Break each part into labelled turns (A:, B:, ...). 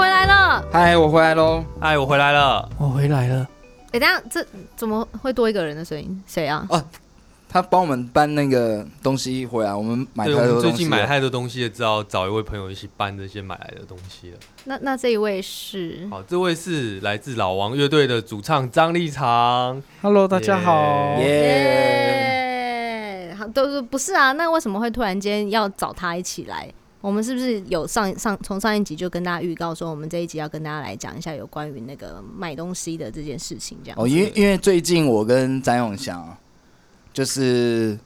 A: 嗨，我回来喽！
B: 哎，我回来了。
C: 我回来了，
D: 哎、等一下这怎么会多一个人的声音？谁啊？
A: 他帮我们搬那个东西回来，我们买
B: 对，
A: 太
B: 我
A: 多东
B: 们
A: 西了。
B: 最近买太多东西了，只好找一位朋友一起搬这些买来的东西了。
D: 那那这一位是
B: 好，这位是来自老王乐队的主唱张立长。
C: Hello，大家好。
B: 耶
A: 耶！
D: 耶，好，都是不是啊？那为什么会突然间要找他一起来？我们是不是有上上从上一集就跟大家预告说，我们这一集要跟大家来讲一下有关于那个买东西的这件事情，这样子
A: 哦，因为因为最近我跟詹永祥啊就是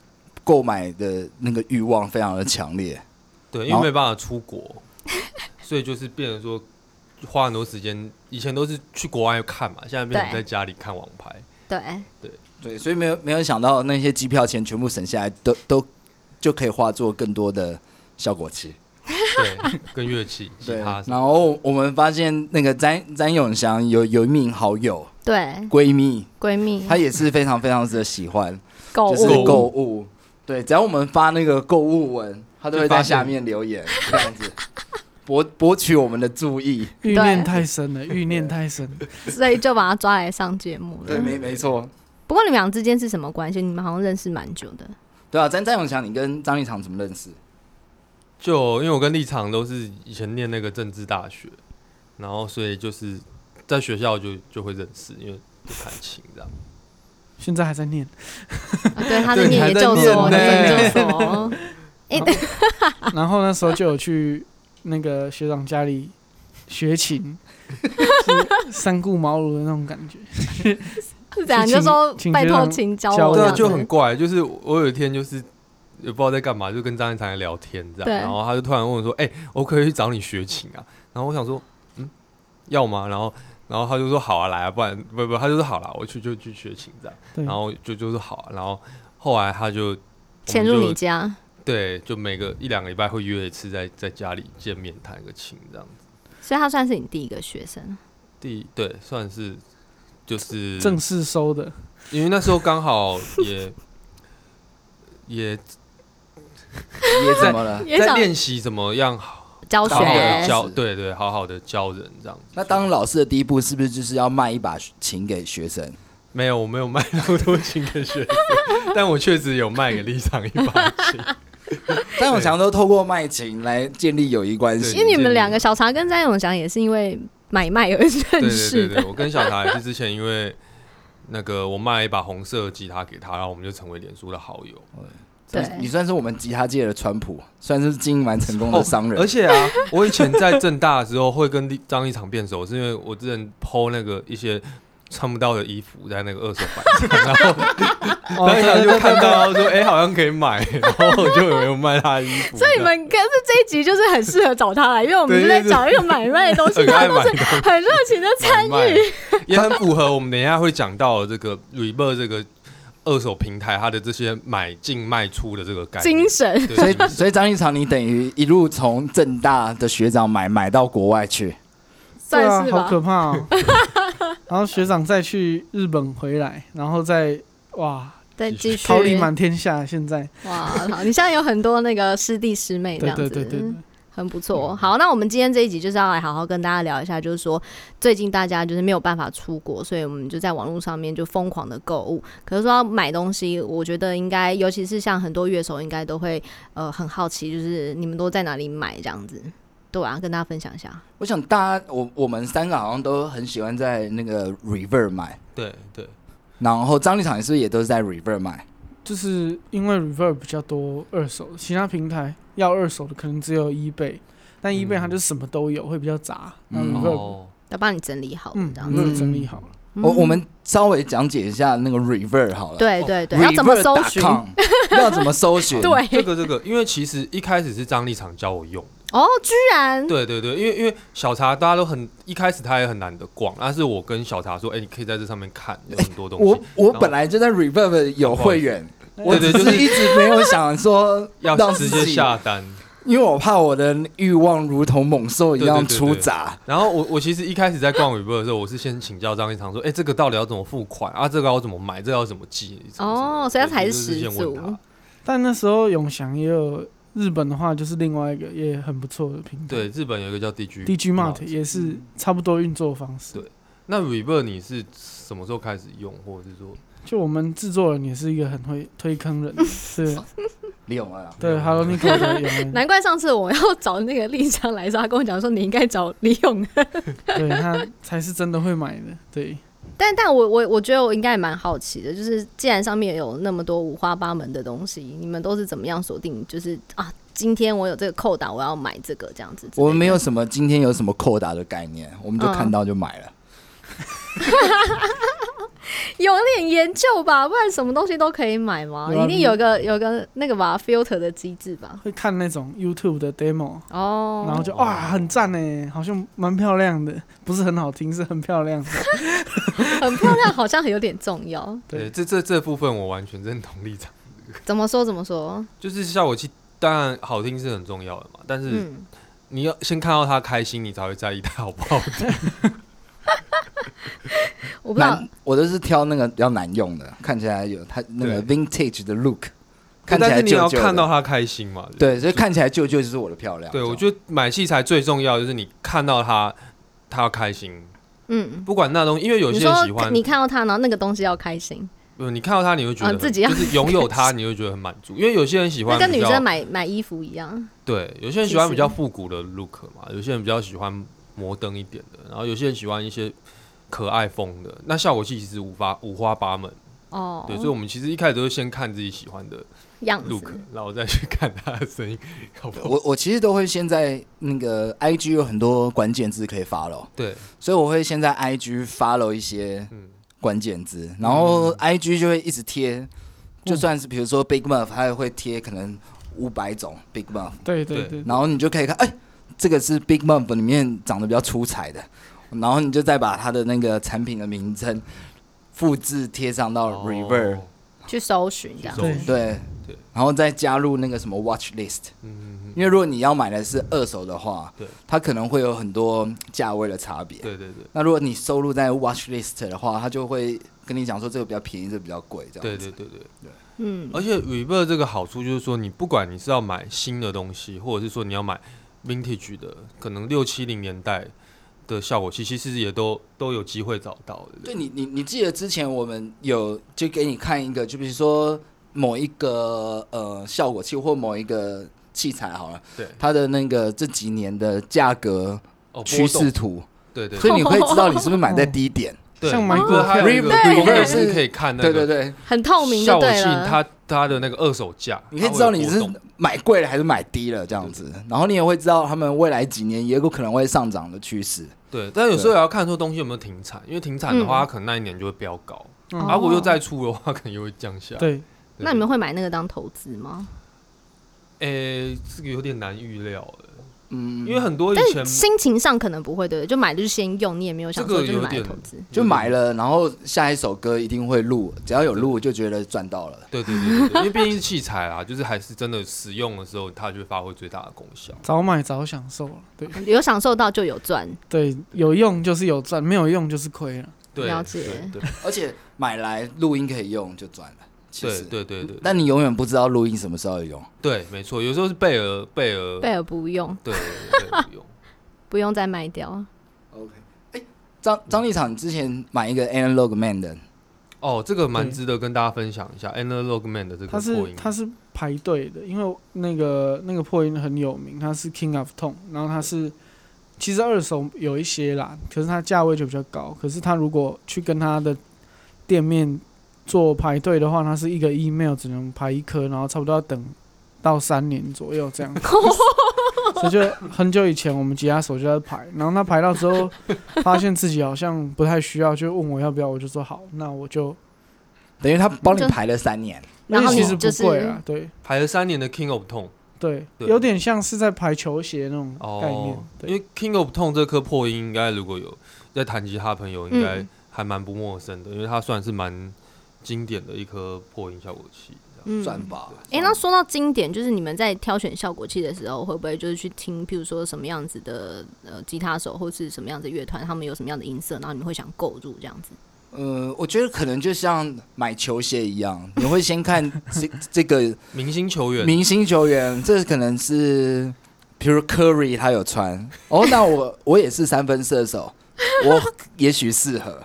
A: 购买的那个欲望非常的强烈，
B: 对，因
A: 然
B: 为
A: 后
B: 没办法出 国，所以就是变成说花很多时间。以前都是去国外看嘛，现在变成
D: 对
B: 在家里看网拍。
D: 对，
A: 对，所以没有没有想到那些机票钱全部省下来，都都就可以化作更多的效果器。
B: 对，跟乐器、吉
A: 对，
B: 他什么。
A: 然后我们发现那个詹詹永祥有有一名好友
D: 对，
A: 闺蜜，
D: 闺蜜
A: 她也是非常非常的喜欢，
D: 购
A: 就是
D: 物，
A: 购物。对，只要我们发那个购物文，她都会在下面留言，这样子 博博取我们的注意。
C: 欲念太深了，欲念太深。
D: 所以就把她抓来上节目
A: 对，
D: 了。
A: 没没错。
D: 不过你们俩之间是什么关系？你们好像认识蛮久的。
A: 对啊，詹詹永祥，你跟张立长怎么认识？
B: 就因为我跟立场都是以前念那个政治大学，然后所以就是在学校就就会认识，因为就弹琴这样。
C: 现在还在念，
D: 啊对，他在
B: 对
D: 念
B: 还
D: 研
B: 在
D: 究所，
B: 念
D: 我在
B: 呢
D: 研究所。
C: 然后那时候就有去那个学长家里 学琴，是三顾茅庐的那种感觉。
D: 是怎样？你
C: 去
D: 就
C: 请
D: 说
C: 请
D: 拜
C: 学
D: 托，
C: 长
D: 请教
C: 教
D: 我
C: 我
D: 这
B: 对啊，
D: 样子，
B: 就很怪，就是我有一天就是也不知道在干嘛，就跟张一常在聊天这样，
D: 对
B: 然后他就突然问我说：“哎、我可以去找你学琴啊？”然后我想说：“嗯，要吗？”然后然后他就说：“好啊，来啊，不然不不，他就说好啦，我去就去学琴这样。”
C: 对，
B: 然后就就说好啊、然后后来他就
D: 潜入
B: 我们就
D: 你家。
B: 对，就每个一两个礼拜会约一次在在家里见面弹个琴这样子。
D: 所以他算是你第一个学生，
B: 第对算是就是
C: 正式收的，
B: 因为那时候刚好也 也
A: 也怎么了？
D: 也
B: 在
D: 想
B: 练习怎么样好
D: 教
B: 好好的
D: 学
A: 学。
B: 教，对对，好好的教人这样子。
A: 那当老师的第一步是不是就是要卖一把琴给学生？
B: 没有，我没有卖那么多琴给学生，但我确实有卖给立场一把 琴。
A: 詹永祥都透过卖琴来建立友谊关系
B: 对。
D: 因为你们两个小茶跟詹永祥也是因为买卖而认
B: 对
D: 识
B: 对对
D: 的
B: 对，，我跟小茶也是之前因为那个我卖了一把红色的吉他给他，然后我们就成为脸书的好友。
D: 对
A: 你你算是我们吉他界的川普，算是经营蛮成功的商人。
B: 而且啊，我以前在正大的时候会跟立张一场变熟，是因为我之前剖那个一些穿不到的衣服在那个二手板上，然后
D: 哦
B: 张一
C: 哦
B: 场就看到说，哎、好像可以买，然后我就有没有卖他的衣服。所
D: 你们可是这一集就是很适合找他来，因为我们
B: 对
D: 就在
B: 对对
D: 讲一个买卖的东西，
B: 很
D: 他
B: 爱
D: 都
B: 买
D: 是很热情的参与。
B: 也很符合我们等一下会讲到的这个 Reverb 这个二手平台它的这些买进卖出的这个概念
D: 精。神。
B: 对
A: 所以，所以张立常，你等于一路从正大的学长买买到国外去，
D: 算
C: 对啊
D: 是，吧
C: 好可怕 哦。然后学长再去日本回来，然后再哇
D: 再继续
C: 桃李满天下。现在，
D: 哇，好，你现在有很多那个师弟师妹这
C: 对
D: 样
C: 对
D: 子，
C: 对对对，
D: 很不错。哦好，那我们今天这一集就是要来好好跟大家聊一下，就是说最近大家就是没有办法出国，所以我们就在网络上面就疯狂的购物。可是说要买东西，我觉得应该，尤其是像很多乐手，应该都会呃很好奇，就是你们都在哪里买这样子。对啊，跟大家分享一下。
A: 我想大家，我我们三个好像都很喜欢在那个 River 买，
B: 对对，
A: 然后张立场是不是也都是在 River 买？
C: 就是因为 Reverb 比较多二手，其他平台要二手的可能只有 eBay，但 eBay
B: 嗯
C: 它就什么都有，会比较杂。那
A: 嗯
C: Reverb，
B: 哦，
D: 要帮你整理好了
C: 嗯
D: 这样子。
C: ，Reverb 整理好了。
A: 我我们稍微讲解一下那个 River 好了。
D: 嗯对对对，
A: Reverb.com，
D: 要怎么搜 寻？
A: 要怎么搜寻？
B: 这
D: 对，
B: 个这个，因为其实一开始是张立场教我用。
D: 哦，居然
B: 对对对，因为因为小茶大家都很一开始他也很懒得逛，但是我跟小茶说，哎、你可以在这上面看有很多东西。
A: 我我
B: 然后
A: 本来就在 Reverb 有会员，我
B: 对对
A: 只
B: 就是
A: 是一直没有想说
B: 要
A: 让
B: 直
A: 自
B: 接
A: 己
B: 下单。
A: 因为我怕我的欲望如同猛兽一样
B: 对对对
A: 出
B: 对
A: 闸。
B: 然后我我其实一开始在逛 Reverb 的时候，我是先请教张一常说，哎、这个到底要怎么付款啊？这个要怎么买？这个要怎么寄？什么什么的
D: 哦哦所以他才
B: 对
D: 是
B: 就是先
D: 始祖
B: 问他
C: 但那时候永祥也有日本的话就是另外一个也很不错的平台，
B: 对，日本有一个叫 DG
C: ，DG Mart 也
D: 嗯
C: 是差不多运作方式。
B: 对那 Reverb 你是什么时候开始用，或者是说
C: 就我们制作人也是一个很会推坑 人的，是，
A: 利用了啦。
C: 对，Hello Nico 的 有人
D: 难怪上次我要找那个丽江来的时候，他跟我讲说你应该找李永恩。
C: 对他才是真的会买的，对，
D: 但但我我我觉得我应该也蛮好奇的，就是既然上面有那么多五花八门的东西，你们都是怎么样锁定？就是啊，今天我有这个扣打，我要买这个这样子之类的。
A: 我们没有什么今天有什么扣打的概念，我们就
D: 嗯
A: 看到就买了。
D: 有点研究吧，不然什么东西都可以买吗？
C: 有啊
D: 一定有个有个那个吧 filter 的机制吧。
C: 会看那种 YouTube 的 demo，
D: 哦，
C: 然后就哇很赞呢，好像蛮漂亮的，不是很好听，是很漂亮的。
D: 很漂亮，好像很有点重要。
C: 对
B: 对这这这部分我完全认同立场，
D: 怎么说怎么说？
B: 就是效果器当然好听是很重要的嘛，但是
D: 嗯，
B: 你要先看到他开心，你才会在意他好不好 听。
D: 我不知道
A: 难，我都是挑那个比较难用的，看起来有它那个 vintage 的 look，看起
B: 但
A: 来
B: 是你
A: 旧
B: 也要
A: 旧
B: 看到
A: 的。
B: 他开心嘛。
A: 对，啊所以看起来旧旧就是我的漂亮。
B: 对，我
A: 得
B: 觉得买器材最重要就是你看到他，他要开心，
D: 嗯，
B: 不管那东西，因为有
D: 你
B: 些人喜
D: 说
B: 欢
D: 你，看到它，然后那个东西要开心，
B: 呃你看到他你会觉
D: 啊
B: 得
D: 自
B: 很
D: 己要
B: 就是拥有它， 你会觉得很满足，因为有些人喜
D: 那
B: 欢
D: 跟女
B: 比较
D: 生买买衣服一样。
B: 对，有些人喜欢比较复古的 look 嘛，有些人比较喜欢摩登一点的，然后有些人喜欢一些可爱风的。那效果器其实五花五花八门，
D: 哦，
B: 对，所以我们其实一开始都是先看自己喜欢的
D: 样子
B: look，然后再去看他的声音好不好。
A: 我我其实都会先在那个 IG 有很多关键字可以 follow，
B: 对，
A: 所以我会先在 IG follow 一些
B: 嗯
A: 关键字，然后 IG 就会一直贴，就算是比如说 Big Muff，它也会贴可能五百种 Big Muff，
C: 对对对
B: 对，
A: 然后你就可以看，哎、这个是 Big Muff 里面长得比较出彩的，然后你就再把它的那个产品的名称复制贴上到 Reverb，、
B: 哦
D: 去搜寻这样。
B: 对
A: 对
B: 对，
A: 然后再加入那个什么 Watch List，
B: 嗯，嗯嗯
A: 因为如果你要买的是二手的话
B: 对，
A: 它可能会有很多价位的差别。
B: 对对对
A: 那如果你收录在 Watch List 的话，它就会跟你讲说这个比较便宜，这个比较贵，这样
B: 对
A: 子
B: 对对对。
D: 嗯，
B: 而且 Reverb 这个好处就是说，你不管你是要买新的东西，或者是说你要买 Vintage 的，可能六七零年代的效果器，其实也都都有机会找到的。
A: 对你，你你记得之前我们有就给你看一个，就比如说某一个呃效果器或某一个器材好了，
B: 对
A: 它的那个这几年的价格
B: 哦，
A: 趋
B: 波动
A: 势图，
B: 对对
A: 所以你会知道你是不是买在低点。
B: 对，
C: 像买
B: 如
C: 股
B: 果还有一个
A: 票对
B: reverb
A: 对
B: 是可以看那
A: 对
B: 个
A: 对对，
D: 很透明
B: 效
D: 就
B: 果
D: 对
B: 器
D: 了。
B: 它它的那个二手价，
A: 你可以知道你
B: 它会
A: 是
B: 有波动
A: 买贵了还是买低了这样子，然后你也会知道他们未来几年也有可能会上涨的趋势。
B: 对，但有时候也要看说东西有没有停产，因为停产的
D: 嗯
B: 话，它可能那一年就会飙高，
C: 嗯
B: 啊，如果又再出的话，可能又会降下。
C: 对，
D: 哦那你们会买那个当投资吗？
B: 诶，这个有点难预料的，
A: 嗯，
B: 因为很多以
D: 但
B: 前
D: 是心情上可能不会，对不对？就买就是先用，你也没有想
B: 这
D: 说
B: 个
D: 就是
B: 有
D: 买来
B: 点
D: 投资。
A: 就买了，然后下一首歌一定会录，只要有录就觉得赚到了。
B: 对对对对对，因为毕竟是器材啦，就是还是真的使用的时候，它就会发挥最大的功效。
D: 嗯
C: 早买早享受了，对
D: 有享受到就有赚，
C: 对，有用就是有赚，没有用就是亏了。
B: 对，
D: 了解
B: 对
A: 而且买来录音可以用就赚了。其
B: 对
A: 实，
B: 对对
D: 嗯
B: 对对
A: 但你永远不知道录音什么时候用。
B: 对，没错，有时候是贝尔贝尔
D: 贝尔不用，
B: 对对对 不用，
D: 不用再卖掉。
A: OK，哎、张张立场，你之前买一个 Analog Man 的，
B: 哦，这个蛮
C: 对
B: 值得跟大家分享一下 Analog Man 的这
C: 他
B: 个破
C: 是
B: 音，
C: 他是排队的，因为那个那个破音很有名，他是 King of Tone，然后他是其实二手有一些啦，可是它价位就比较高。可是他如果去跟他的店面做排队的话，他是一个 email 只能排一颗，然后差不多要等到三年左右 这样。所以就很久以前，我们吉他手就在排，然后他排到之 后，发现自己好像不太需要，就问我要不要，我就说好，那我就。
A: 等于他帮你
D: 就
A: 排了三年。
D: 然
C: 那
D: 后
C: 其
D: 你
C: 实
D: 就
C: 不
D: 是
C: 贵啊，对，
B: 排了三年的 King of Tone
C: 对，
B: 对
C: 有点像是在排球鞋那种概念。
B: 哦，因
C: 对，
B: 为 King of Tone 这颗破音，应该如果有在弹吉他的朋友，应该
D: 嗯
B: 还蛮不陌生的，因为它算是蛮经典的一颗破音效果器。这样
D: 嗯
A: 赚吧！
D: 哎、那说到经典，就是你们在挑选效果器的时候，会不会就是去听，譬如说什么样子的呃吉他手，或是什么样子的乐团，他们有什么样的音色，然后你们会想购入这样子？
A: 呃，我觉得可能就像买球鞋一样，你会先看这 这个
B: 明星球员，
A: 明星球员，这可能是，比如 Curry 他有穿，哦，那我我也是三分射手，我也许适合，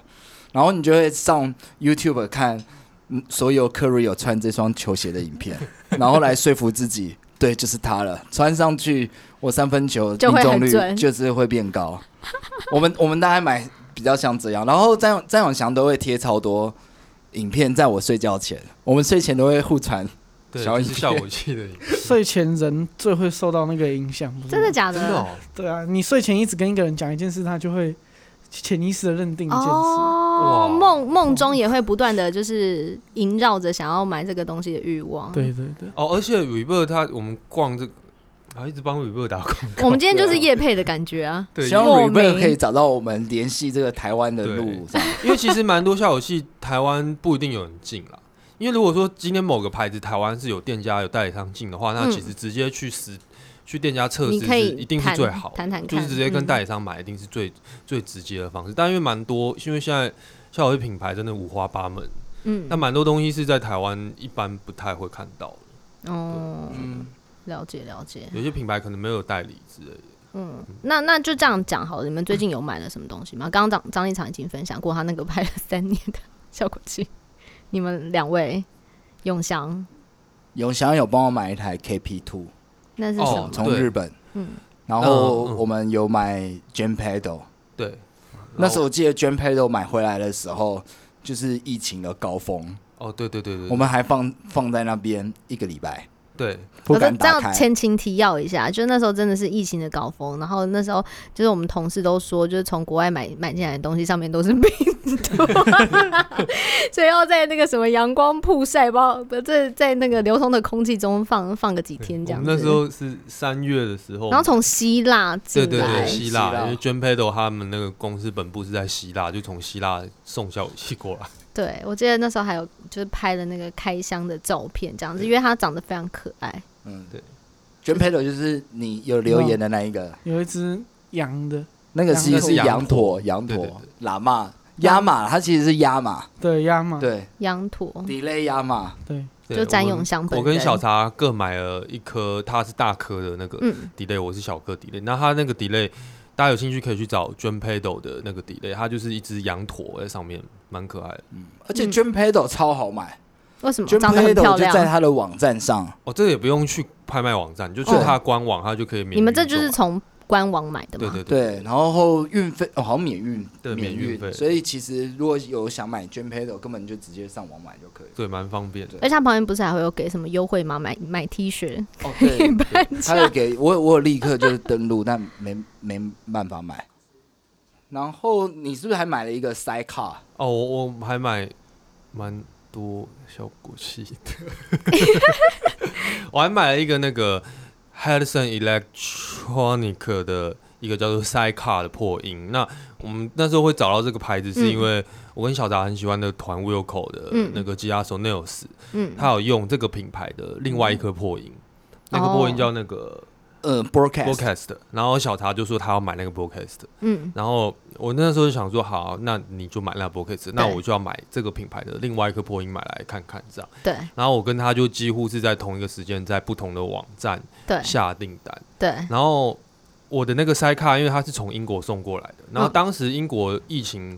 A: 然后你就会上 YouTube 看嗯所有 Curry 有穿这双球鞋的影片，然后来说服自己，对，就是他了，穿上去我三分球
D: 就
A: 命
D: 会
A: 中
D: 很准
A: 率就是会变高。我们我们大概买比较像这样，然后詹詹永祥都会贴超多影片在我睡觉前，我们睡前都会互传。
B: 对，
A: 小
B: 就
A: 影
B: 是
A: 片
B: 效果器的影片，
C: 睡前人最会受到那个影响，不是吗
D: 真的假
B: 真的哦，
C: 对啊，你睡前一直跟一个人讲一件事，他就会潜意识的认定一件事。
D: 哦，
B: 哇
D: 梦梦中也会不断的就是萦绕着想要买这个东西的欲望。，
C: 对对对，
B: 哦，而且 Reber 他我们逛这个，啊，一直帮 Reber 打广 告，
D: 我们今天就是夜配的感觉啊。
B: 对，
A: 希望
D: 莫
A: r
D: 名
A: e 可以找到我们联系这个台湾的路，这样
B: 因为其实蛮多效果器，台湾不一定有人进啦。因为如果说今天某个牌子台湾是有店家有代理商进的话，那
D: 嗯
B: 其实直接去实去店家测试
D: 你可
B: 是
D: 以
B: 一定是
D: 谈
B: 最好的，
D: 谈谈
B: 就是
D: 看
B: 直。接跟
C: 嗯
B: 代理商买，一定是最最直接的方式。但因为蛮多，因为现在效果器品牌真的五花八门，
D: 嗯
B: 那，蛮多东西是在台湾一般不太会看到的，
D: 哦，
A: 嗯，
D: 了解了解。
B: 有些品牌可能没有代理之类的。
D: 嗯，那那就这样讲好了。你们最近有买了什么东西吗？刚刚张张一常已经分享过他那个拍了三年的效果器，你们两位永祥
A: 永祥有帮我买一台 KP Two，
D: 那是什
B: 哦
D: 么？
A: 从
B: 对
A: 日本，
D: 嗯
A: 然后
B: 嗯嗯
A: 我们有买 Jam Pedal，
B: 对，
A: 那时候我记
B: 哦
A: 得 Jam Pedal 买回来的时候就是疫情的高峰，
B: 哦，对对对对，
A: 我们还放放在那边一个礼拜，
B: 对
A: 不
D: 我
A: 敢
D: 呃这
A: 打
D: 样
A: 开。
D: 前情提要一下，就是那时候真的是疫情的高峰，然后那时候就是我们同事都说，就是从国外买买进来的东西上面都是病毒， 所以要在那个什么阳光曝晒，包不在在那个流通的空气中放放个几天这
B: 我
D: 样
B: 们
D: 子。
B: 那时，候是三月的时候，
D: 然后从希腊进
B: 对
D: 来，
B: 对对，希
A: 希
B: 腊，
A: 腊
B: 因为 j a m p e d o 他们那个公司本部是在希腊，就从希腊送效果器过 来。
D: 对我记得那时候还有就是拍了那个开箱的照片这样子，因为它长得非常可爱。
A: 嗯，
B: 对
A: ，Jam Pedal 就是你有留言的那一个，
C: 有一只羊的，
A: 那个
C: 那
A: 是
B: 是嗯羊
A: 羊
B: 驼
A: 驼，羊
B: 对对
A: 驼，喇嘛，亚马，它其实是亚马，
C: 对鸭嘛，
A: 对
D: 羊驼，
A: ，delay 亚马，
C: 对，
B: 对
D: 就詹
B: 我们
D: 永祥本
B: 我跟
D: 人
B: 小茶各买了一颗，他是大颗的那个
D: 嗯，
B: delay，我是小颗 delay。那他那个 delay，大家有兴趣可以去找 j a m p e d o 的那个 delay，它就是一只羊驼在上面，蛮可爱的。
A: 而且
D: 嗯
A: Jam Pedal 超好买。
D: 为什么
A: Jam
D: 长得很
A: Pedal
D: 漂
A: 就在
D: 亮？
A: 他的网站上，
B: 哦，这个也不用去拍卖网站，就去
D: 哦
B: 他的官网，他就可以免
D: 你
B: 运送
D: 们
B: 了。
D: 这就是从官网买的吗？
B: 对对
A: 对，然后运费哦好像免运，
B: 对
A: 免
B: 免运费
A: 所以其实如果有想买 Jam Pedal，根本就直接上网买就可以。
B: 对，蛮方便的。
D: 而且他旁边不是还会有给什么优惠吗？买买 T 恤，
A: 哦，对，他有给我，我有立刻就是登录，但没没办法买。然后你是不是还买了一个 Side Car？
B: 哦，我我还买蛮多效果器的， 我还买了一个那个 Hudson Electronic 的一个叫做 Sidecar 的破音。那我们那时候会找到这个牌子，是因
D: 嗯
B: 为我跟小达很喜欢的团 Wilco 的
D: 嗯
B: 那个 g i a s o n e l s
D: 嗯，
B: 他有用这个品牌的另外一颗破音，那个
D: 哦
B: 破音叫那个
A: 呃，Broadcast，
B: Broadcast，然后小茶就说他要买那个 Broadcast，
D: 嗯，
B: 然后我那时候就想说，好，那你就买那波克斯，那我就要买这个品牌的另外一颗波音买来看看这样。
D: 对
B: 然后我跟他就几乎是在同一个时间，在不同的网站
D: 对
B: 下订单。
D: 对，
B: 然后我的那个塞卡，因为它是从英国送过来的，然后
D: 嗯
B: 当时英国疫情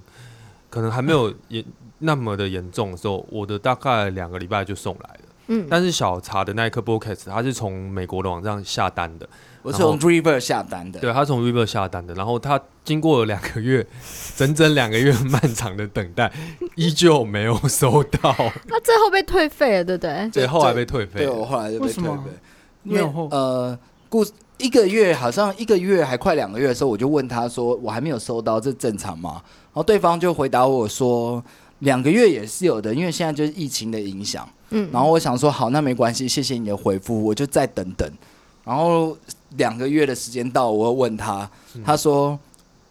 B: 可能还没有严、那么的严重的时候，我的大概两个礼拜就送来了。
D: 嗯，
B: 但是小茶的那一颗 b o c a s 它是从美国的网站下单的，
A: 我是从 River 下单的。
B: 对他从 River 下单的，然后他经过了两个月，整整两个月漫长的等待，依旧没有收到，
D: 那最后被退费了，对不对？
B: 对，后来被退费
A: 对，。我后来就被
C: 为什
A: 退
C: 么
A: 费。
C: 没有后
A: 呃，故事一个月好像一个月还快两个月的时候，我就问他说：“我还没有收到，这正常吗？”然后对方就回答我说：“两个月也是有的，因为现在就是疫情的影响。”
D: 嗯，
A: 然后我想说：“好，那没关系，谢谢你的回复，我就再等等。”然后两个月的时间到，我又问他，
B: 嗯
A: 他说：“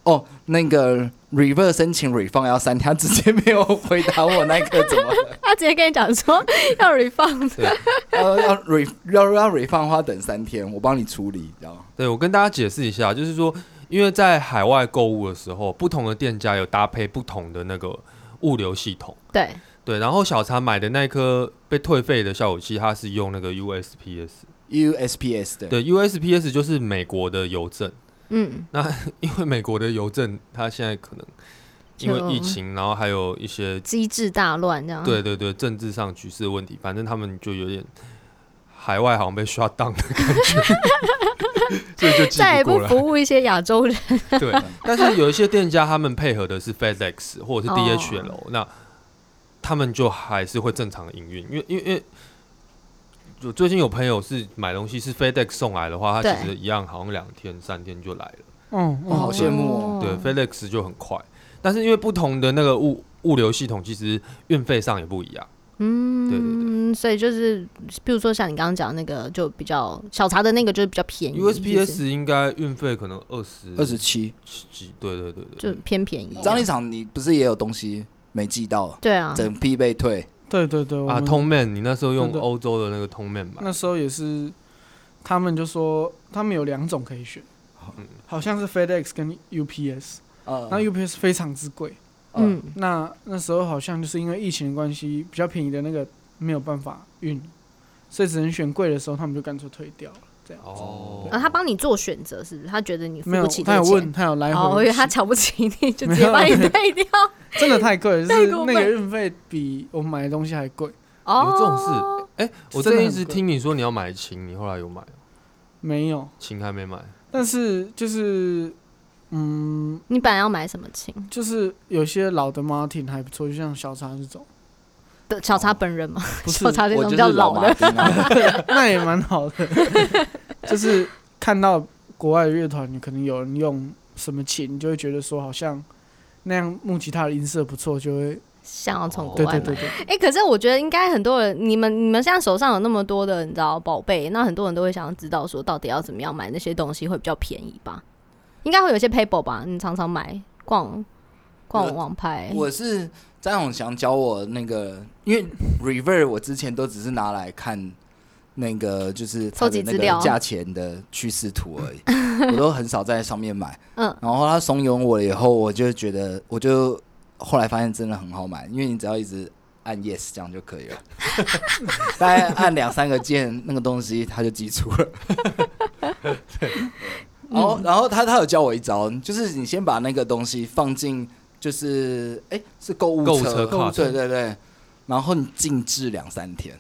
A: 哦，那个 reverse 申请 refund 要三天，他直接没有回答我那个怎么了。”
D: 他直接跟你讲 说要 refund，
A: 要要 re 要要 re 放花等三天，我帮你处理，知道吗？
B: 对我跟大家解释一下，就是说，因为在海外购物的时候，不同的店家有搭配不同的那个物流系统。
D: 对，
B: 对，然后小茶买的那一颗被退费的效果器，它是用那个 USPS。
A: USPS 的，
B: 对，USPS 就是美国的邮政，
D: 嗯，
B: 因为美国的邮政它现在可能因为
D: 就
B: 疫情，然后还有一些
D: 机制大乱这样。
B: 对对对政治上局势的问题，反正他们就有点海外好像被 shut down 的 感觉，所以就寄
D: 再也
B: 不
D: 不
B: 过来
D: 服。务一些亚洲人。
B: 对，但是有一些店家他们配合的是 FedEx 或者是
D: 哦
B: DHL，、那他们就还是会正常的营运，因为因为因为我最近有朋友是买东西是 FedEx 送来的话，他
D: 对
B: 其实一样好像两天三天就来了。
C: 嗯，
A: 哦 好
C: 嗯
A: 羡慕
B: 对，FedEx 就很快，但是因为不同的那个物物流系统，其实运费上也不一样。对对
D: 嗯，所以就是，比如说像你刚刚讲的那个，就比较小茶的那个，就是比较便宜就是
B: ，USPS 应该运费可能二十
A: 二十七。
B: 几，对对对对，
D: 就偏便宜。
A: 张立场，你不是也有东西没寄到，
D: 对啊，
A: 整批被退？
C: 对对对，我
B: 啊
C: 们
B: 通 man，你那时候用
C: 对对
B: 欧洲的那个通 man 吧？
C: 嗯那时候也是，他们就说他们有两种可以选，
B: 嗯
C: 好像是 FedEx 跟 UPS，
B: 哦
A: 嗯
C: 那 UPS 非常之贵。
D: 嗯，
A: 哦
C: 那那时候好像就是因为疫情的关系，比较便宜的那个没有办法运，所以只能选贵的时候，他们就干脆退掉了。这样
B: 哦，
D: 啊，他帮你做选择，是不是？他觉得你付
C: 没有
D: 不起，
C: 他
D: 这
C: 有
D: 个
C: 问，
D: 钱。
C: 他有来
D: 哦，我以
C: 回
D: 为他
C: 去，
D: 瞧不起你，就直接把你退掉。
C: 真的太贵了，就
D: 太
C: 是
D: 过
C: 那
D: 分
C: 个运费比我们买的东西还贵。
D: 哦，
B: 有这种事？哎，我之
C: 真
B: 前
C: 的
B: 一
C: 很
B: 直
C: 贵
B: 听你说你要买琴，你后来有买吗？
C: 没有，
B: 琴还没买，
C: 但是就是，嗯，
D: 你本来要买什么琴？
C: 就是有些老的 Martin 还不错，就像小茶这种，
D: 的小茶本人吗？
C: 不 是
D: 小啊茶这
A: 我
D: 种
A: 就
D: 比较
A: 是老
D: 的
A: 马，丁啊
C: 那也蛮好的。就是看到国外的乐团，可能有人用什么琴，就会觉得说好像那样木吉他的音色不错，就会
D: 想要从
B: 哦
D: 国
C: 对
D: 外
C: 对
D: 买
C: 对。对，
D: 哎、可是我觉得应该很多人，你们你们现在手上有那么多的，你知道宝贝，那很多人都会想要知道说，到底要怎么样买那些东西会比较便宜吧？应该会有一些 paper 吧？你常常买逛逛网拍，
A: 我是张永祥教我那个，因为 Reverb 我之前都只是拿来看那个就是它
D: 搜
A: 的
D: 集
A: 那
D: 资料
A: 个价钱的趋势 图而已，我都很少在上面买。
D: 嗯，
A: 然后他怂恿我了以后，我就觉得，我就后来发现真的很好买，因为你只要一直按 yes 这样就可以了，大概按两三个键，那个东西它就寄出了。 然
D: 嗯
A: 后，然后他他有教我一招，就是你先把那个东西放进，就是哎是购物
B: 购物
A: 车
B: 车卡
A: 对对对，然后你静置两三天，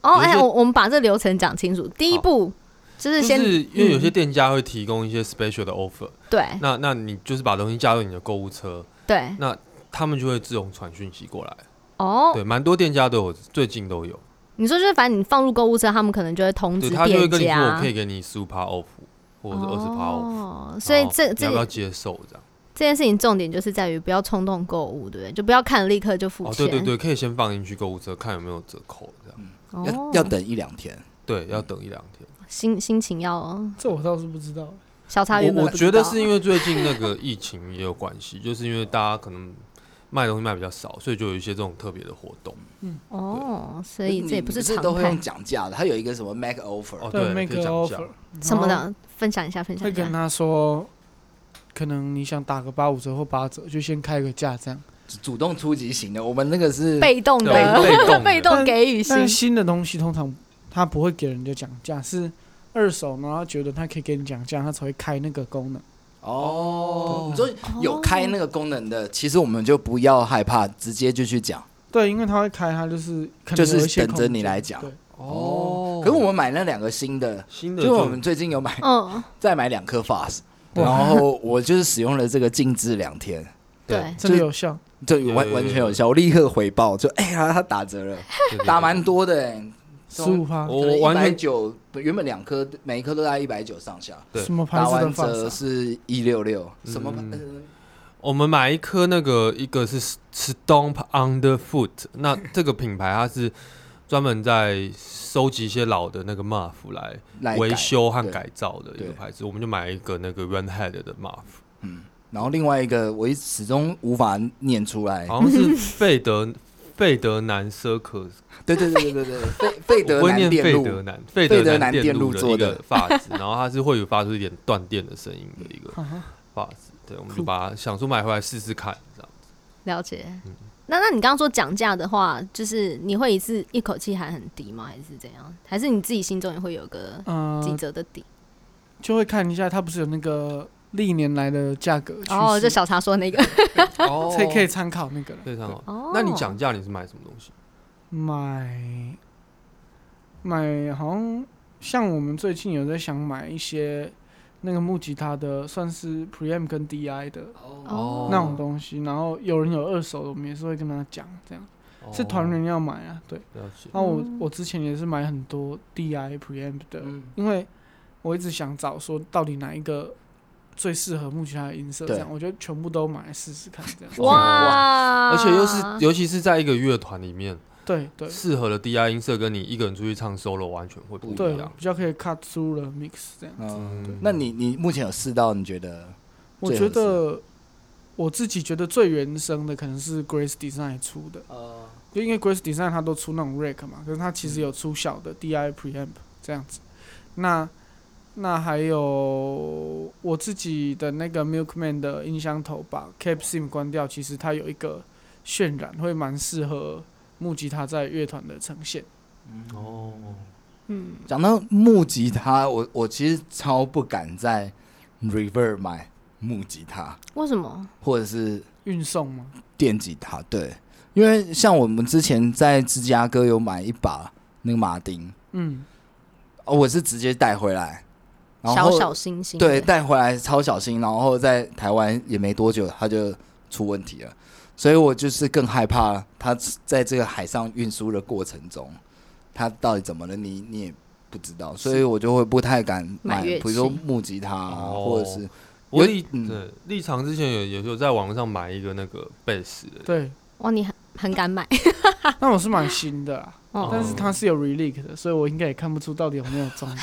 D: 哦，
B: 有一
D: 哎、
B: 些
D: 我我们把这流程讲清楚。第一
B: 好
D: 步就是
B: 就
D: 先、嗯
B: 是因为有些店家会提供一些 special 的 offer，
D: 对
B: 那那你就是把东西加入你的购物车，
D: 对
B: 那他们就会自动传讯息过来。
D: 哦，
B: 对，蛮多店家都有，最近都有。
D: 你说就是反正你放入购物车，他们可能就会通知
B: 对
D: 店
B: 他就会跟你说，
D: 家
B: 我可以给你十五趴 off，或者是二十趴 off，
D: 哦，所以
B: 然后
D: 这
B: 你
D: 这
B: 要不要接受这样？
D: 这件事情重点就是在于不要冲动购物，对不对？就不要看立刻就付
B: 哦，
D: 钱。
B: 对对对，可以先放进去购物车，看有没有折扣这样。
D: 哦，
A: 要要等一两天。
D: 嗯
B: 对，要等一两天。
D: 心心情要
C: 这我倒是不知道。
D: 小茶原
B: 我
D: 本
B: 我
D: 不知
B: 觉
D: 道
B: 得是因为最近那个疫情也有关系，就是因为大家可能卖东西卖比较少，所以就有一些这种特别的活动。
D: 哦，所以这也不
A: 是
D: 是常
A: 都会
D: 态
A: 用讲价的，它有一个什么 make offer，、
B: 哦，
C: 对
B: 可
C: ，make
B: 以
C: an
B: 讲一下
C: offer，
D: 什么，的，分享一下分享
C: 会
D: 一
C: 跟
D: 下。
C: 他说，可能你想打个八五折或八折，就先开个价这样。
A: 主动出击型的，我们那个是
D: 被动
B: 对
D: 的
B: 被动的
D: 被动给予型
C: 但是新的东西通常他不会给人家讲价，是二手，然后觉得他可以给你讲价，他才会开那个功能。
A: 哦，你说有开那个功能的，其实我们就不要害怕，直接就去讲。
C: 对，因为他会开，他就是可能
A: 就是
C: 有一些
A: 等着
C: 空
A: 你
C: 间
A: 来讲
C: 对
B: 哦
A: 哦可是我们买那两个新的，
B: 新的
A: 就是我们最近有买，
D: 嗯，
A: 再买两颗 FAS，
C: 哇
A: 然后我就是使用了这个静置两天，
D: 对，
C: 真的有效。
A: 这完
B: 有
A: 完全有效，我立刻回报，就哎呀，它打折了，打蛮多的欸，
C: 十五趴，
B: 我完
A: 百
B: 全
A: 九，原本两颗每一颗都在一百九上下，
B: 对
C: 什么牌
A: 打
C: 子的啊
A: 完
C: 发
A: 折
C: 色？
A: 是一六六，
B: 嗯
A: 什么牌？呃
B: 我们买一颗那个，一个是 Stomp Underfoot，那这个品牌它是专门在收集一些老的那个 muff 来
A: 来
B: 维
A: 改，
B: 修和
A: 对
B: 改造的一
A: 对
B: 个牌子，我们就买一个那个 Runhead 的 muff，
A: 嗯，然后另外一个我一直始终无法念出来，
B: 好像是费 德费德南 Circus，
A: 对对对对对对，费 费
B: 我
A: 德
B: 不会
A: 南
B: 念
A: 电
B: 费
A: 路，
B: 德南费
A: 费德
B: 德
A: 南
B: 南
A: 电
B: 电
A: 路
B: 路
A: 做
B: 一
A: 的
B: 个发质， 然后它是会有发出一点断电的声音的一个
C: 哈哈
B: 发质，对，我们就把它想说买回来试试看，这样。
D: 了解。那那你刚刚说讲价的话，就是你会一次一口气喊很低吗？还是怎样？还是你自己心中也会有个
B: 呃
C: 嗯、
D: 几折的底？
C: 就会看一下它不是有那个历年来的价格趋势，
D: 哦，就小茶说的那个
B: 哦
C: 才可以参考那个了。
B: 非常好。
D: 哦，
B: 那你讲价你是买什么东西？
C: 买买好像像我们最近有在想买一些那个木吉他的，算是 preamp 跟 DI 的
D: 哦
C: 那种东西，然后有人有二手的，我们也是会跟他讲，这样
B: 哦
C: 是团员要买啊，对。
B: 了解。
C: 那我
D: 嗯
C: 我之前也是买很多 DI preamp E 的，
A: 嗯
C: 因为我一直想找说到底哪一个最适合木吉他的音色，这
A: 对
C: 样我就全部都买来试试看，这样。
D: 哇，
B: 哦
C: 啊
B: 而且又是尤其是在一个乐团里面，
C: 对对
B: 适合的 DI 音色跟你一个人出去唱 solo 完全会不
C: 对
B: 一样，。
C: 比较可以 cut through 了 mix 这样。
A: 嗯，
B: 嗯
A: 那你你目前有试到？你觉得？
C: 我觉得我自己觉得最原生的可能是 Grace Design 出的，
A: 呃，
C: 就因为 Grace Design 它都出那种 rack 嘛，可是它其实有出小的 DI preamp 这样子。那那还有我自己的那个 Milkman 的音箱头把 Cap Sim 关掉，其实它有一个渲染，会蛮适合木吉他在乐团的呈现。
B: 哦，
C: 嗯，
A: 讲到木吉他，我我其实超不敢在 Reverb 买木吉他，
D: 为什么？
A: 或者是
C: 运送吗？
A: 电吉他，对，因为像我们之前在芝加哥有买一把那个马丁，
C: 嗯，
A: 哦，我是直接带回来，然
D: 小
A: 后
D: 小星星
A: 对，带回来超小心，然后在台湾也没多久它就出问题了，所以我就是更害怕它在这个海上运输的过程中，它到底怎么了，你你也不知道，所以我就会不太敢
D: 买
A: 买，
D: 乐
A: 比
D: 器
A: 如说木吉他啊、
B: 哦
A: 或者是
B: 我
A: 有
B: 立
A: 嗯
B: 对立场之前有也有在网络上买一个那个贝斯的，
C: 对。
D: 哇，你很很敢买，
C: 那我是蛮新的啊，
D: 哦
C: 但是它是有 relic 的，所以我应该也看不出到底有没有中到。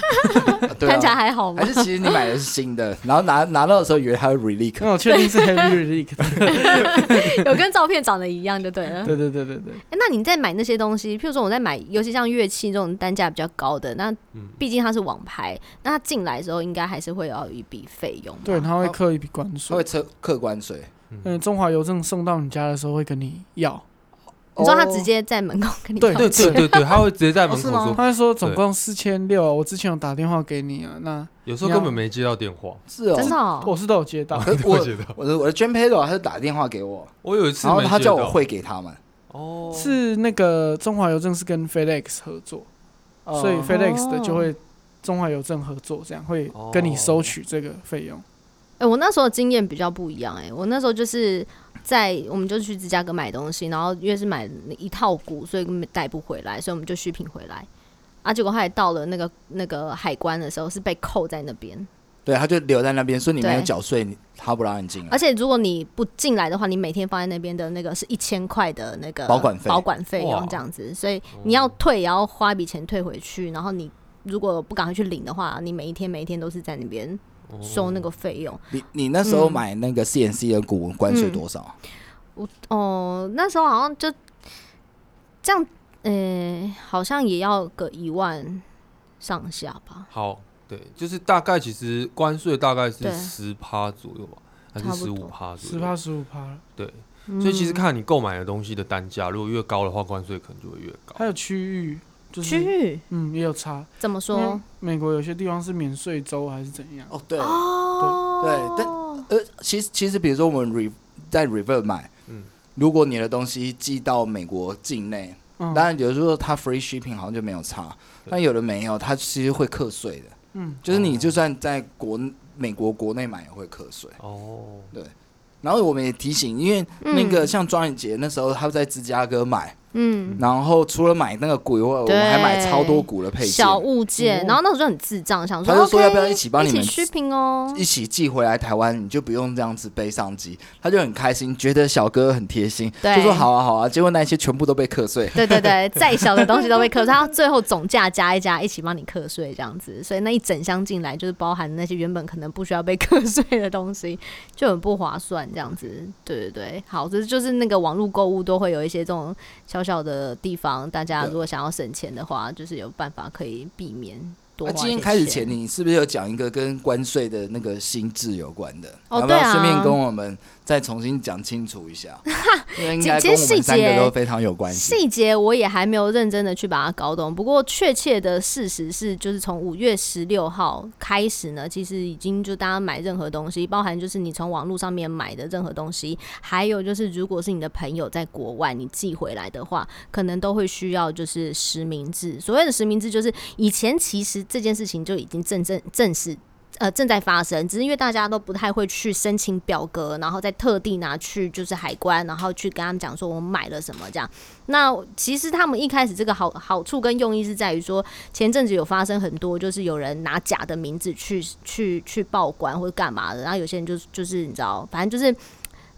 A: 啊对
D: 看起来
A: 啊，
D: 还好吗
A: 还？是其实你买的是新的，然后拿拿到的时候以为它会 relic，
D: 嗯
C: 那我确定是 heavy relic 的。
B: 哎
D: 有跟照片长得一样就 对 了。
C: 对对对对对，
D: 哎那你在买那些东西，譬如说我在买，尤其像乐器这种单价比较高的，那
B: 嗯，
D: 毕竟它是网拍，那它进来的时候应该还是会要有一笔费用吧。
C: 对，他会刻一笔关
A: 它会
C: 税。
A: 车客观水，
C: 嗯，中华邮政送到你家的时候会跟你要，
D: 你说他直接在门口跟你
C: 对
D: 道
B: 哦对对
D: 歉，
B: 对对，他会直接在门
A: 哦
B: 口
A: 是吗
B: 说，
C: 他会说总共四千六，啊我之前有打电话给你啊，那
B: 有时候根本没接到电话，
A: 是哦，
D: 真的哦，
C: 我是都有接到。
A: 可是我
B: 我觉得
A: 我的我的 Jam Pedal 他就打电话给我，
B: 我有一次
A: 然后
B: 没接
A: 他
B: 到，
A: 叫我汇给他们，
B: 哦，
C: 是那个中华邮政是跟 FedEx 合作，所以
A: 哦
C: FedEx 的就会中华邮政合作，这样会跟你收取这个费用。
D: 哎、我那时候经验比较不一样、哎，我那时候就是在我们就去芝加哥买东西，然后因为是买一套股，所以根本带不回来，所以我们就续品回来。啊，结果后来到了那个那个海关的时候，是被扣在那边。
A: 对，他就留在那边，说你没有
D: 对
A: 缴税，你他不让你进啊来
D: 而。且如果你不进来的话，你每天放在那边的那个是一千块的那个
A: 保管费嗯
D: 保管费
B: 哇
D: 用这样子，所以
B: 哦
D: 你要退也要花一笔钱退回去，然后你如果不赶快去领的话，你每一天每一天都是在那边
B: 哦
D: 收那个费用。
A: 你你那时候
D: 嗯
A: 买那个 CNC 的股关税多少？啊
D: 哦，那时候好像就这样，呃、好像也要个一万上下吧，
B: 好，对，就是大概其实关税大概是
D: 对
B: 十趴左右吧，还
D: 差
B: 是
D: 不
B: 十
D: 多
B: 五趴左
C: 十
B: 右？
C: 趴十五趴，
B: 对，
D: 嗯
B: 所以其实看你购买的东西的单价，如果越高的话，关税可能就会越高
C: 还。
D: 嗯
C: 有区域，就
D: 区
C: 是
D: 域
C: 嗯也有差。
D: 怎么
C: 因为
D: 说？
C: 美国有些地方是免税州还是怎样？
A: 哦，对，
D: 哦，
A: 对呃，其实其实比如说我们 re 在 Reverb 买，
B: 嗯
A: 如果你的东西寄到美国境内，
C: 嗯，
A: 当然有时候它 free shipping 好像就没有差，
B: 对
A: 但有的没有，它其实会课税的，
C: 嗯，
A: 就是你
B: 哦
A: 就算在国美国国内买也会课税。
B: 哦，
A: 然后我们也提醒，因为那个像庄宇杰那时候他在芝加哥买，
D: 嗯，
A: 然后除了买那个鼓以外，我们还买超多鼓的配件，
D: 小物件，
C: 哦
D: 然后那时候就很智障，想说
A: 他就说
D: OK，
A: 要不要一起帮你
D: 一
A: 们
D: 起 shipping 哦？
A: 一起寄回来台湾，你就不用这样子背上机。他就很开心，觉得小哥很贴心，
D: 对
A: 就说好啊好啊。结果那些全部都被课税，
D: 对对对，再小的东西都被课税，他最后总价加一加，一起帮你课税这样子，所以那一整箱进来就是包含那些原本可能不需要被课税的东西，就很不划算这样子。对对对，好，这就是那个网络购物都会有一些这种小小的地方，大家
A: 对
D: 如果想要省钱的话，就是有办法可以避免。多
A: 那
D: 花一
A: 啊今天
D: 些
A: 开始
D: 钱
A: 前，你是不是有讲一个跟关税的那个心智有关的？
D: 哦
A: 要不
D: 对
A: 要
D: 啊
A: 顺便跟我们再重新讲清楚 一下？因为应该
D: 其
A: 跟
D: 实
A: 我们三
D: 细节
A: 个都非常有关系。
D: 细节我也还没有认真的去把它搞懂，不过确切的事实是，就是从五月十六号开始呢，其实已经就大家买任何东西，包含就是你从网络上面买的任何东西，还有就是如果是你的朋友在国外你寄回来的话，可能都会需要就是实名制。所谓的实名制，就是以前其实这件事情就已经正正正式呃正在发生，只是因为大家都不太会去申请表格，然后再特地拿去就是海关，然后去跟他们讲说我买了什么这样。那其实他们一开始这个好好处跟用意是在于说，前阵子有发生很多就是有人拿假的名字去去去报关或者干嘛的，然后有些人就是就是你知道，反正就是。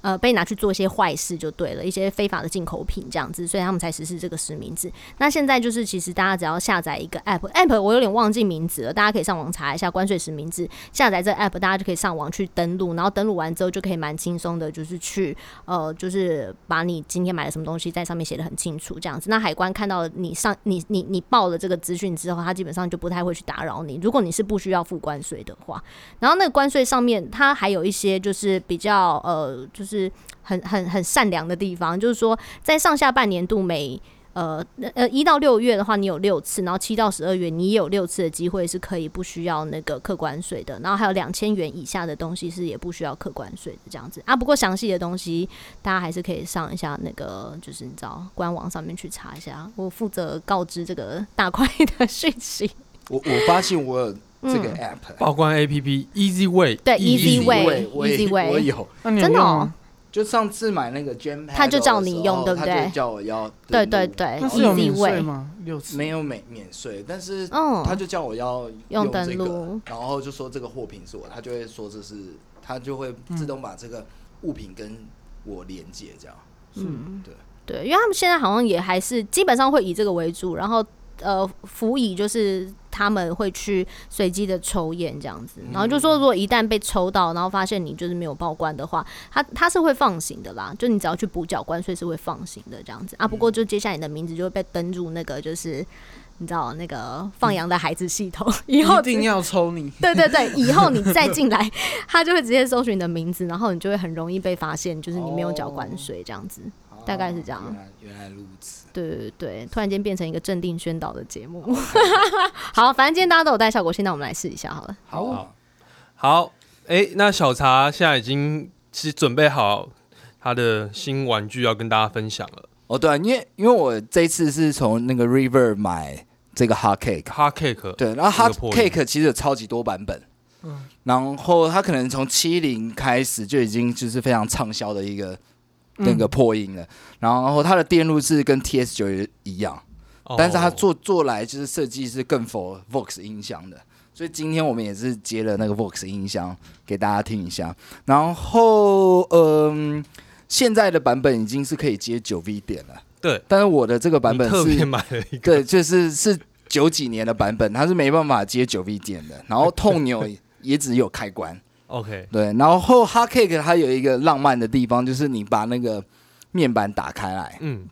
D: 呃，被拿去做一些坏事就对了，一些非法的进口品这样子，所以他们才实施这个实名制。那现在就是，其实大家只要下载一个 app，app 我有点忘记名字了，大家可以上网查一下关税实名制。下载这个 app，大家就可以上网去登录，然后登录完之后就可以蛮轻松的，就是去呃，就是把你今天买了什么东西在上面写的很清楚，这样子。那海关看到你上你你你报了这个资讯之后，他基本上就不太会去打扰你。如果你是不需要付关税的话，然后那个关税上面它还有一些就是比较呃，就是很很很善良的地方，就是说在上下半年度每呃呃，一到六月的话，你有六次，然后七到十二月你也有六次的机会是可以不需要那个客关税的，然后还有两千元以下的东西是也不需要客关税的这样子啊。不过详细的东西大家还是可以上一下那个，就是你知道官网上面去查一下。我负责告知这个大块的讯息。
A: 我我发现我有这个
D: 嗯
A: app，、
B: 报关 A P P Easy Way，
D: 对
B: Easy
D: Easy Way
A: 我也
D: Easy Way
A: 我有。
C: 那你有
D: 真的
C: 用
D: 哦
C: 吗
A: 就上次买那个 j a m
D: 他就叫你用对不对
A: 他就叫我要
D: 对
A: 登
D: 对
A: 录
D: 对 E
C: 那是有免
D: ，Easy
C: 税
D: Way，
C: 吗？六次
A: 没有免免税，但是
D: 嗯，
A: 他就叫我要
D: 用
A: 这
D: 登
A: 个，
D: 录，
A: 然后就说这个货品是我，他就会说这是他就会自动把这个物品跟我连接这样。
D: 嗯
A: 对，
D: 对，因为他们现在好像也还是基本上会以这个为主，然后呃，辅以就是他们会去随机的抽验这样子，然后就
C: 嗯
D: 说如果一旦被抽到，然后发现你就是没有报关的话，他他是会放行的啦，就你只要去补缴关税是会放行的这样子啊。不
C: 嗯
D: 过就接下来你的名字就会被登入那个就是你知道那个放羊的孩子系统，以后
C: 嗯一定要抽你。
D: 对对对，以后你再进来， 他就会直接搜寻你的名字，然后你就会很容易被发现，就是你没有缴
C: 哦
D: 关税这样子。大概是这样
A: 原来原来如此。
D: 对对对，突然间变成一个镇定宣导的节目。
A: 哦
D: 好，反正今天大家都有带效果，现在我们来试一下好了。
A: 好，
B: 好，哎、那小茶现在已经是准备好他的新玩具要跟大家分享了
A: 哦对啊，因为因为我这一次是从那个 River 买这个 Hot Cake，
B: ，Hard Cake，
A: 对，然后
B: 这个
A: Hot
B: 破音
A: Cake 其实有超级多版本。
C: 嗯
A: 然后它可能从七零开始就已经就是非常畅销的一个那个破音了。然后它的电路是跟 TS 九一样，
B: 哦
A: 但是它做做来就是设计是更否 Vox 音箱的，所以今天我们也是接了那个 Vox 音箱给大家听一下。然后嗯、现在的版本已经是可以接九 V 点了，
B: 对
A: 但是我的这个版本
B: 你特别
A: 是
B: 买了一个，
A: 对，就是是九几年的版本，它是没办法接九 V 点的。然后痛钮也只有开关。
B: ，OK，
A: 对，然后 hard cake 它有一个浪漫的地方，就是你把那个面板打开来，
B: 嗯，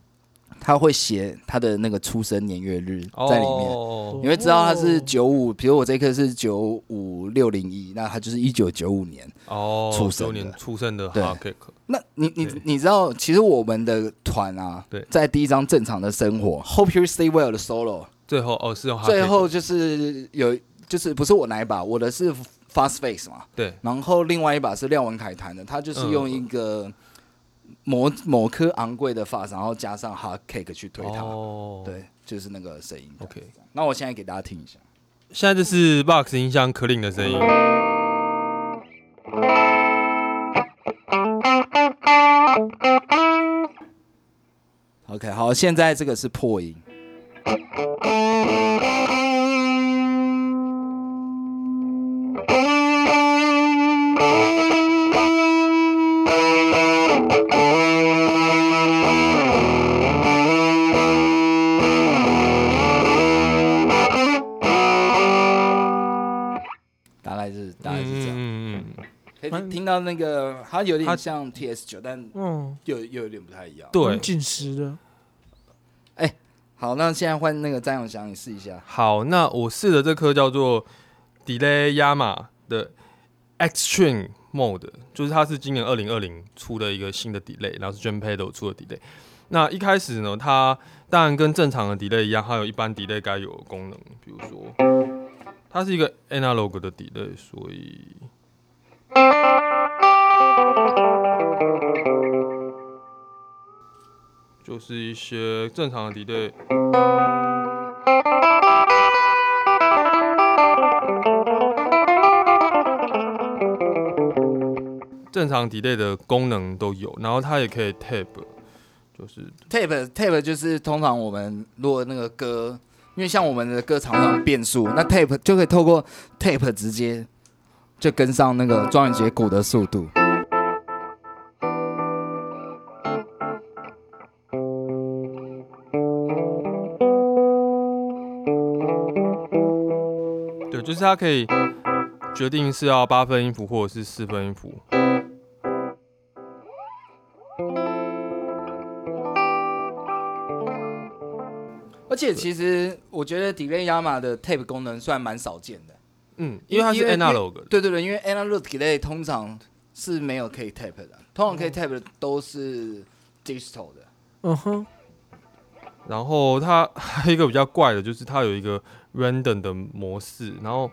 A: 它会写它的那个出生年月日在里面，
B: 哦
A: 你会知道它是
C: 哦
A: 九五，比如我这颗是九五六零一，那它就是一九九五年。
B: 哦，
A: 出生的
B: 九年出生的
A: 对
B: Hard Cake，
A: 那你你
B: 对
A: 你知道，其实我们的团啊
B: 对，
A: 在第一张正常的生活，Hope You Stay Well 的 solo，
B: 最后哦是用 Hard Cake，
A: 最后就是有就是不是我那一把，我的是 Fast Face 嘛，
B: 对
A: 然后另外一把是廖文凯弹的，他
B: 嗯
A: 就是用一个某某颗昂贵的发然后加上 hard cake 去推它，
B: 哦，
A: 对，就是那个声音。
B: ，OK，
A: 那我现在给大家听一下，
B: 现在这是 Box 音箱 Clean 的声音，
A: OK，好，现在这个是破音，大概是大概是这样，
B: 嗯嗯嗯，
A: 可以
C: 蛮
A: 听听到那个它有
B: 它
A: 点像 TS 九，但
C: 嗯，
A: 又又有点不太一样。
B: 对
C: 很，紧实的。
A: 好，那现在换那个张永祥，你试一下。
B: 好，那我试的这颗叫做 Delay Yama 的 Extreme Mode，就是它是今年二零二零出的一个新的 Delay，然后是 j a m p e d o 出的 Delay。那一开始呢，它当然跟正常的 Delay 一样，它有一般 Delay 该有的功能，比如说它是一个 Analog 的 Delay，所以就是一些正常的 Delay。正常 delay 的功能都有，然后它也可以 tab，就是，
A: tape tape 就是通常我们如果那个歌，因为像我们的歌常常变速，那 tape 就可以透过 tape 直接就跟上那个庄宇杰鼓的速度。
B: 对，就是它可以决定是要八分音符或者是四分音符。
A: 而且其实我觉得 delay Yama 的 tape 功能算蛮少见的。
B: 嗯，因为它
A: 因
B: 是
A: 为
B: analog 的，
A: 对对对，因为 analog delay 通常是没有可以 tape 的，通常可以 tape 的都是 digital 的。
C: 嗯哼，
B: 然后它还有一个比较怪的，就是它有一个 random 的模式，然后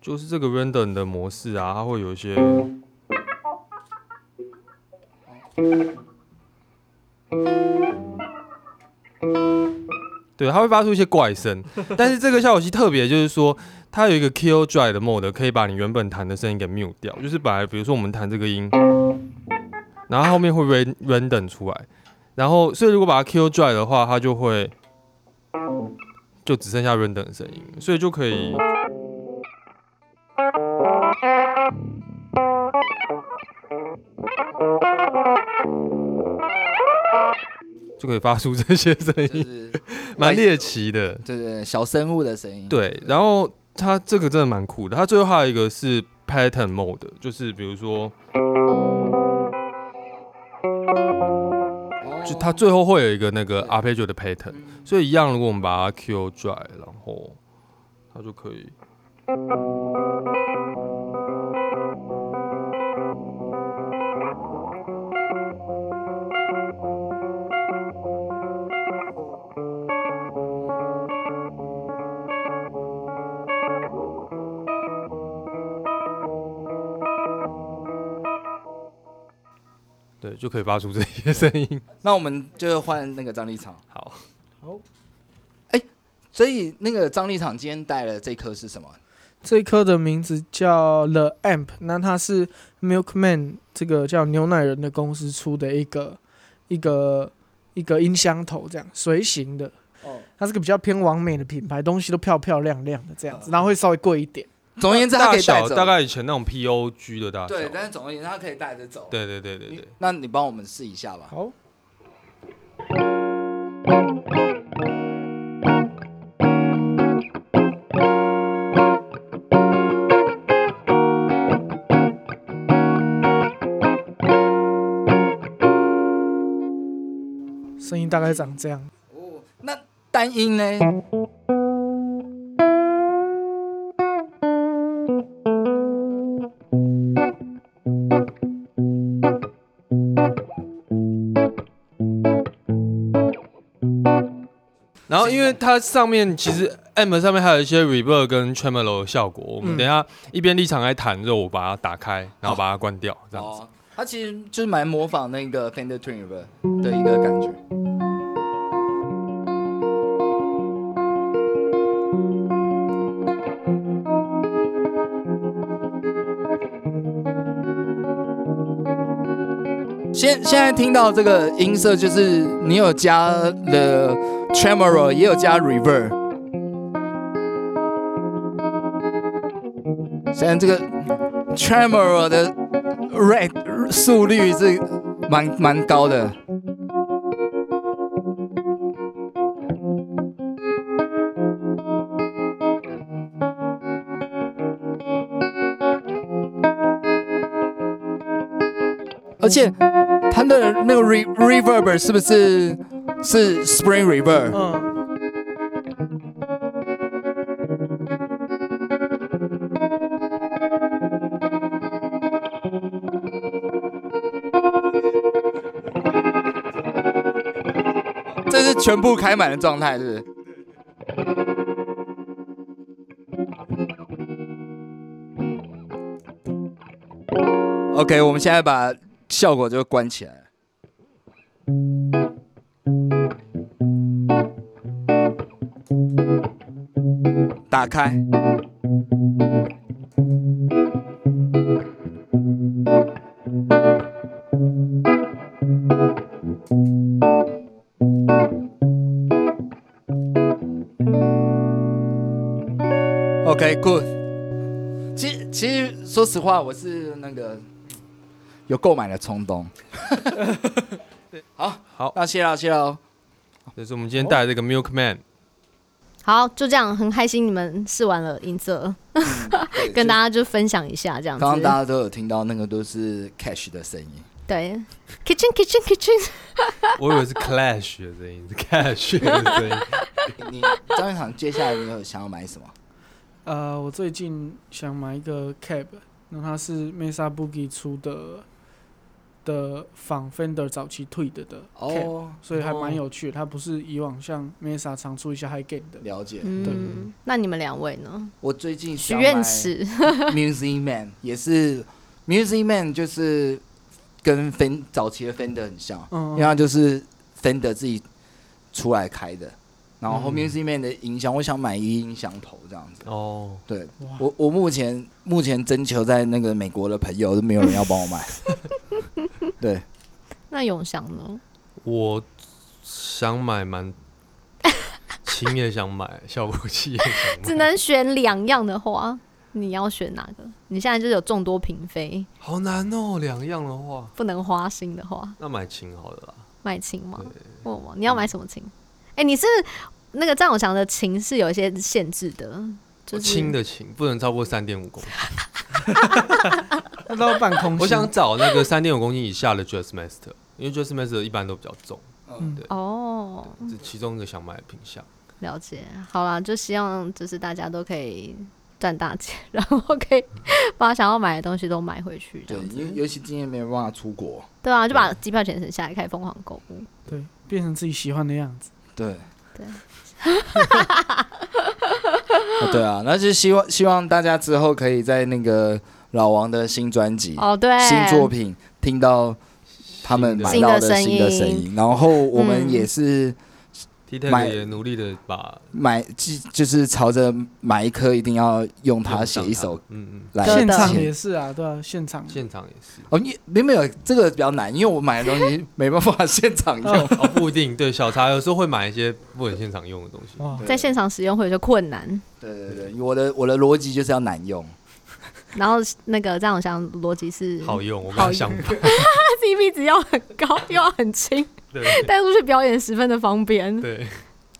B: 就是这个 random 的模式啊，它会有一些。对，它会发出一些怪声，但是这个效果器特别，就是说它有一个 kill dry 的 mode，可以把你原本弹的声音给 mute 掉，就是本来比如说我们弹这个音，然后后面会 ran- random 出来，然后，所以如果把它 Q dry 的话，它就会就只剩下 random 的声音，所以就可以。就可以发出这些声
A: 就
B: 音，
A: 是
B: 蛮猎奇的。
A: 对对对，小生物的声音。
B: 对，然后它这个真的蛮酷的，它最后还有一个是 pattern mode，就是比如说，
A: 哦，
B: 就它最后会有一个那个 arpeggio 的 pattern，
A: 嗯
B: 所以一样，如果我们把它 Q dry，然后它就可以。对，就可以发出这些声音。
A: 那我们就换那个张立场。
B: 好，
A: 所以那个张立场今天带了这颗是什么？
C: 这一颗的名字叫 The Amp，那它是 Milkman 这个叫牛奶人的公司出的一个一个一个音箱头，这样随行的，
A: 哦，
C: 它是个比较偏完美的品牌，东西都漂漂亮亮的
A: 嗯
C: 这样子，然后会稍微贵一点。
A: 总而言之，它
B: 大
A: 可以带
B: 小
A: 走。
B: 大概以前那种 POG 的大小。
A: 对，但是总而言之，它可以带着走。
B: 对对对对
A: 你，
B: 对
A: 那你帮我们试一下吧。
C: 好，声音大概长这样。
A: 哦，那单音呢？
B: 然后因为它上面其 实 M 上面还有一些 reverb 跟 tremolo 的效果，我们
C: 嗯
B: 等一下一边立场来弹之后，我把它打开，然后把它关掉，这样子。
A: 哦，它其实就是蛮模仿那个 Fender Twin Reverb 的一个感觉。现现在听到这个音色，就是你有加了 tremolo，也有加 reverb。现在这个 tremolo 的 rate 速率是蛮蛮高的。而且它的那个 re reverb 是不是是 Spring River，
C: 嗯，
A: 这是全部开满的状态，是不是？OK，我们现在把效果就关起来。打开。OK，good、其实，其实说实话，我是那个有购买的冲动。好，
B: 好
A: 那谢了，谢了哦。
B: 这是我们今天带来这个 Milk Man，
D: 好，就这样，很开心你们试完了音色，
A: 对
D: 跟
A: 就
D: 大家就分享一下这样
A: 刚刚大
D: 子。
A: 家都有听到那个都是 cash 的声音，
D: 对，kitchen kitchen kitchen，
B: 我以为是 Clash 的声音，是 Cash 的声音。
A: 你张院长接下来你有想要买什么？
C: 呃，我最近想买一个 cab，那它是 Mesa Boogie 出的的仿 Fender 早期退的的 cab，、
A: 哦，
C: 所以还蛮有趣的。它不是以往像 Mesa 常出一些 high gain 的，
A: 哦了解。
D: 嗯，那你们两位呢？
A: 我最近
D: 许
A: 想买
D: 愿池
A: Music Man 也是 Music Man，就是跟 Fen 早期的 Fender 很像，因
C: 嗯
A: 为，它就是 Fender 自己出来开的。然后
B: 嗯
A: Music Man 的音响，我想买一音响头这样子。
B: 哦，
A: 对
C: 哇
A: 我，我目前目前征求在那个美国的朋友都没有人要帮我买。 对，
D: 那永祥呢？
B: 我想买蛮，琴也想买，效果器也想买，
D: 只能选两样的话，你要选哪个？你现在就是有众多嫔妃，
B: 好难哦。两样的话，
D: 不能花心的话，
B: 那买琴好了啦。
D: 买琴吗
B: 对？
D: 问我你要买什么琴？哎、你是那个张永祥的琴是有一些限制的，就是
B: 我轻的琴不能超过三点五公斤。
C: 那到半空
B: 我
C: 心
B: 想找那个三点五公斤以下的 Jazz Master，因为 Jazz Master 一般都比较重，
C: 嗯
B: 对
D: 哦，
B: 这其中一个想买的品相。
D: 了解。好啦，就希望就是大家都可以赚大钱， 然后可以把想要买的东西都买回去，这
A: 对
D: 样，
A: 因为
D: 子。
A: 尤其今年没有办法出国。
D: 对啊，就把机票钱省下来，开始疯狂购物。
C: 对，变成自己喜欢的样子。
A: 对，
D: 对
A: 啊 对啊，那就希望希望大家之后可以在那个老王的新专辑、
D: 哦，对，
A: 嗯新作品听到他们买
D: 新的
A: 到
D: 声
A: 新的声
D: 音
A: 音，然后我们
D: 嗯
A: 也是
B: T
A: 买
B: Tag 也努力的把
A: 买，就就是朝着买一颗一定要用它写一首，
B: 嗯嗯，
A: 来
D: 真
C: 现
D: 的
C: 场
A: 写。
C: 也是啊，对啊，现场
B: 现场也是
A: 哦，你没有这个比较难，因为我买的东西没办法现场用。
B: 哦，不一定，对小茶有时候会买一些不能现场用的东西。
C: 哇，
D: 在现场使用会有些困难。
A: 对对对，我的我的逻辑就是要难用。
D: 然后那个张永祥逻辑是，
B: 嗯好用，我跟他相 反。
D: 他 CP 值要很高，又要很轻，
B: 对
D: 带出去表演十分的方便。
B: 对，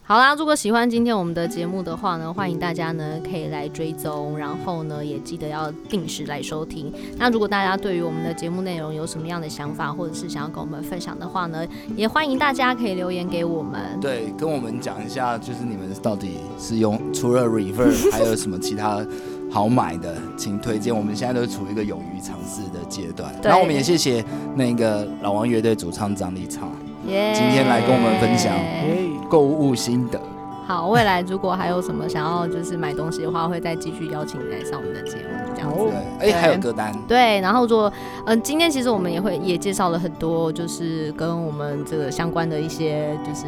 D: 好啦，如果喜欢今天我们的节目的话呢，欢迎大家呢可以来追踪，然后呢也记得要定时来收听。那如果大家对于我们的节目内容有什么样的想法，或者是想要跟我们分享的话呢，也欢迎大家可以留言给我们。
A: 对，跟我们讲一下，就是你们到底是用除了 Reverb 还有什么其他好买的，请推荐。我们现在都处于一个勇于尝试的阶段。
D: 对
A: 那我们也谢谢那个老王乐队主唱张立超
D: 耶
A: 今天来跟我们分享
C: 耶
A: 购物心得。
D: 好，未来如果还有什么想要就是买东西的话，会再继续邀请你来上我们的节目，这样子。
A: 对，哎、
D: 对
A: 还有歌单，
D: 对，然后做，嗯、今天其实我们也会也介绍了很多，就是跟我们这个相关的一些就是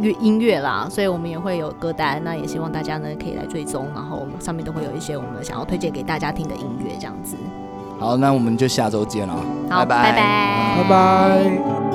D: 乐音乐啦，所以我们也会有歌单，那也希望大家呢可以来追踪，然后我们上面都会有一些我们想要推荐给大家听的音乐这样子。
A: 好，那我们就下周见了啊，
D: 好，拜
A: 拜
C: 拜拜。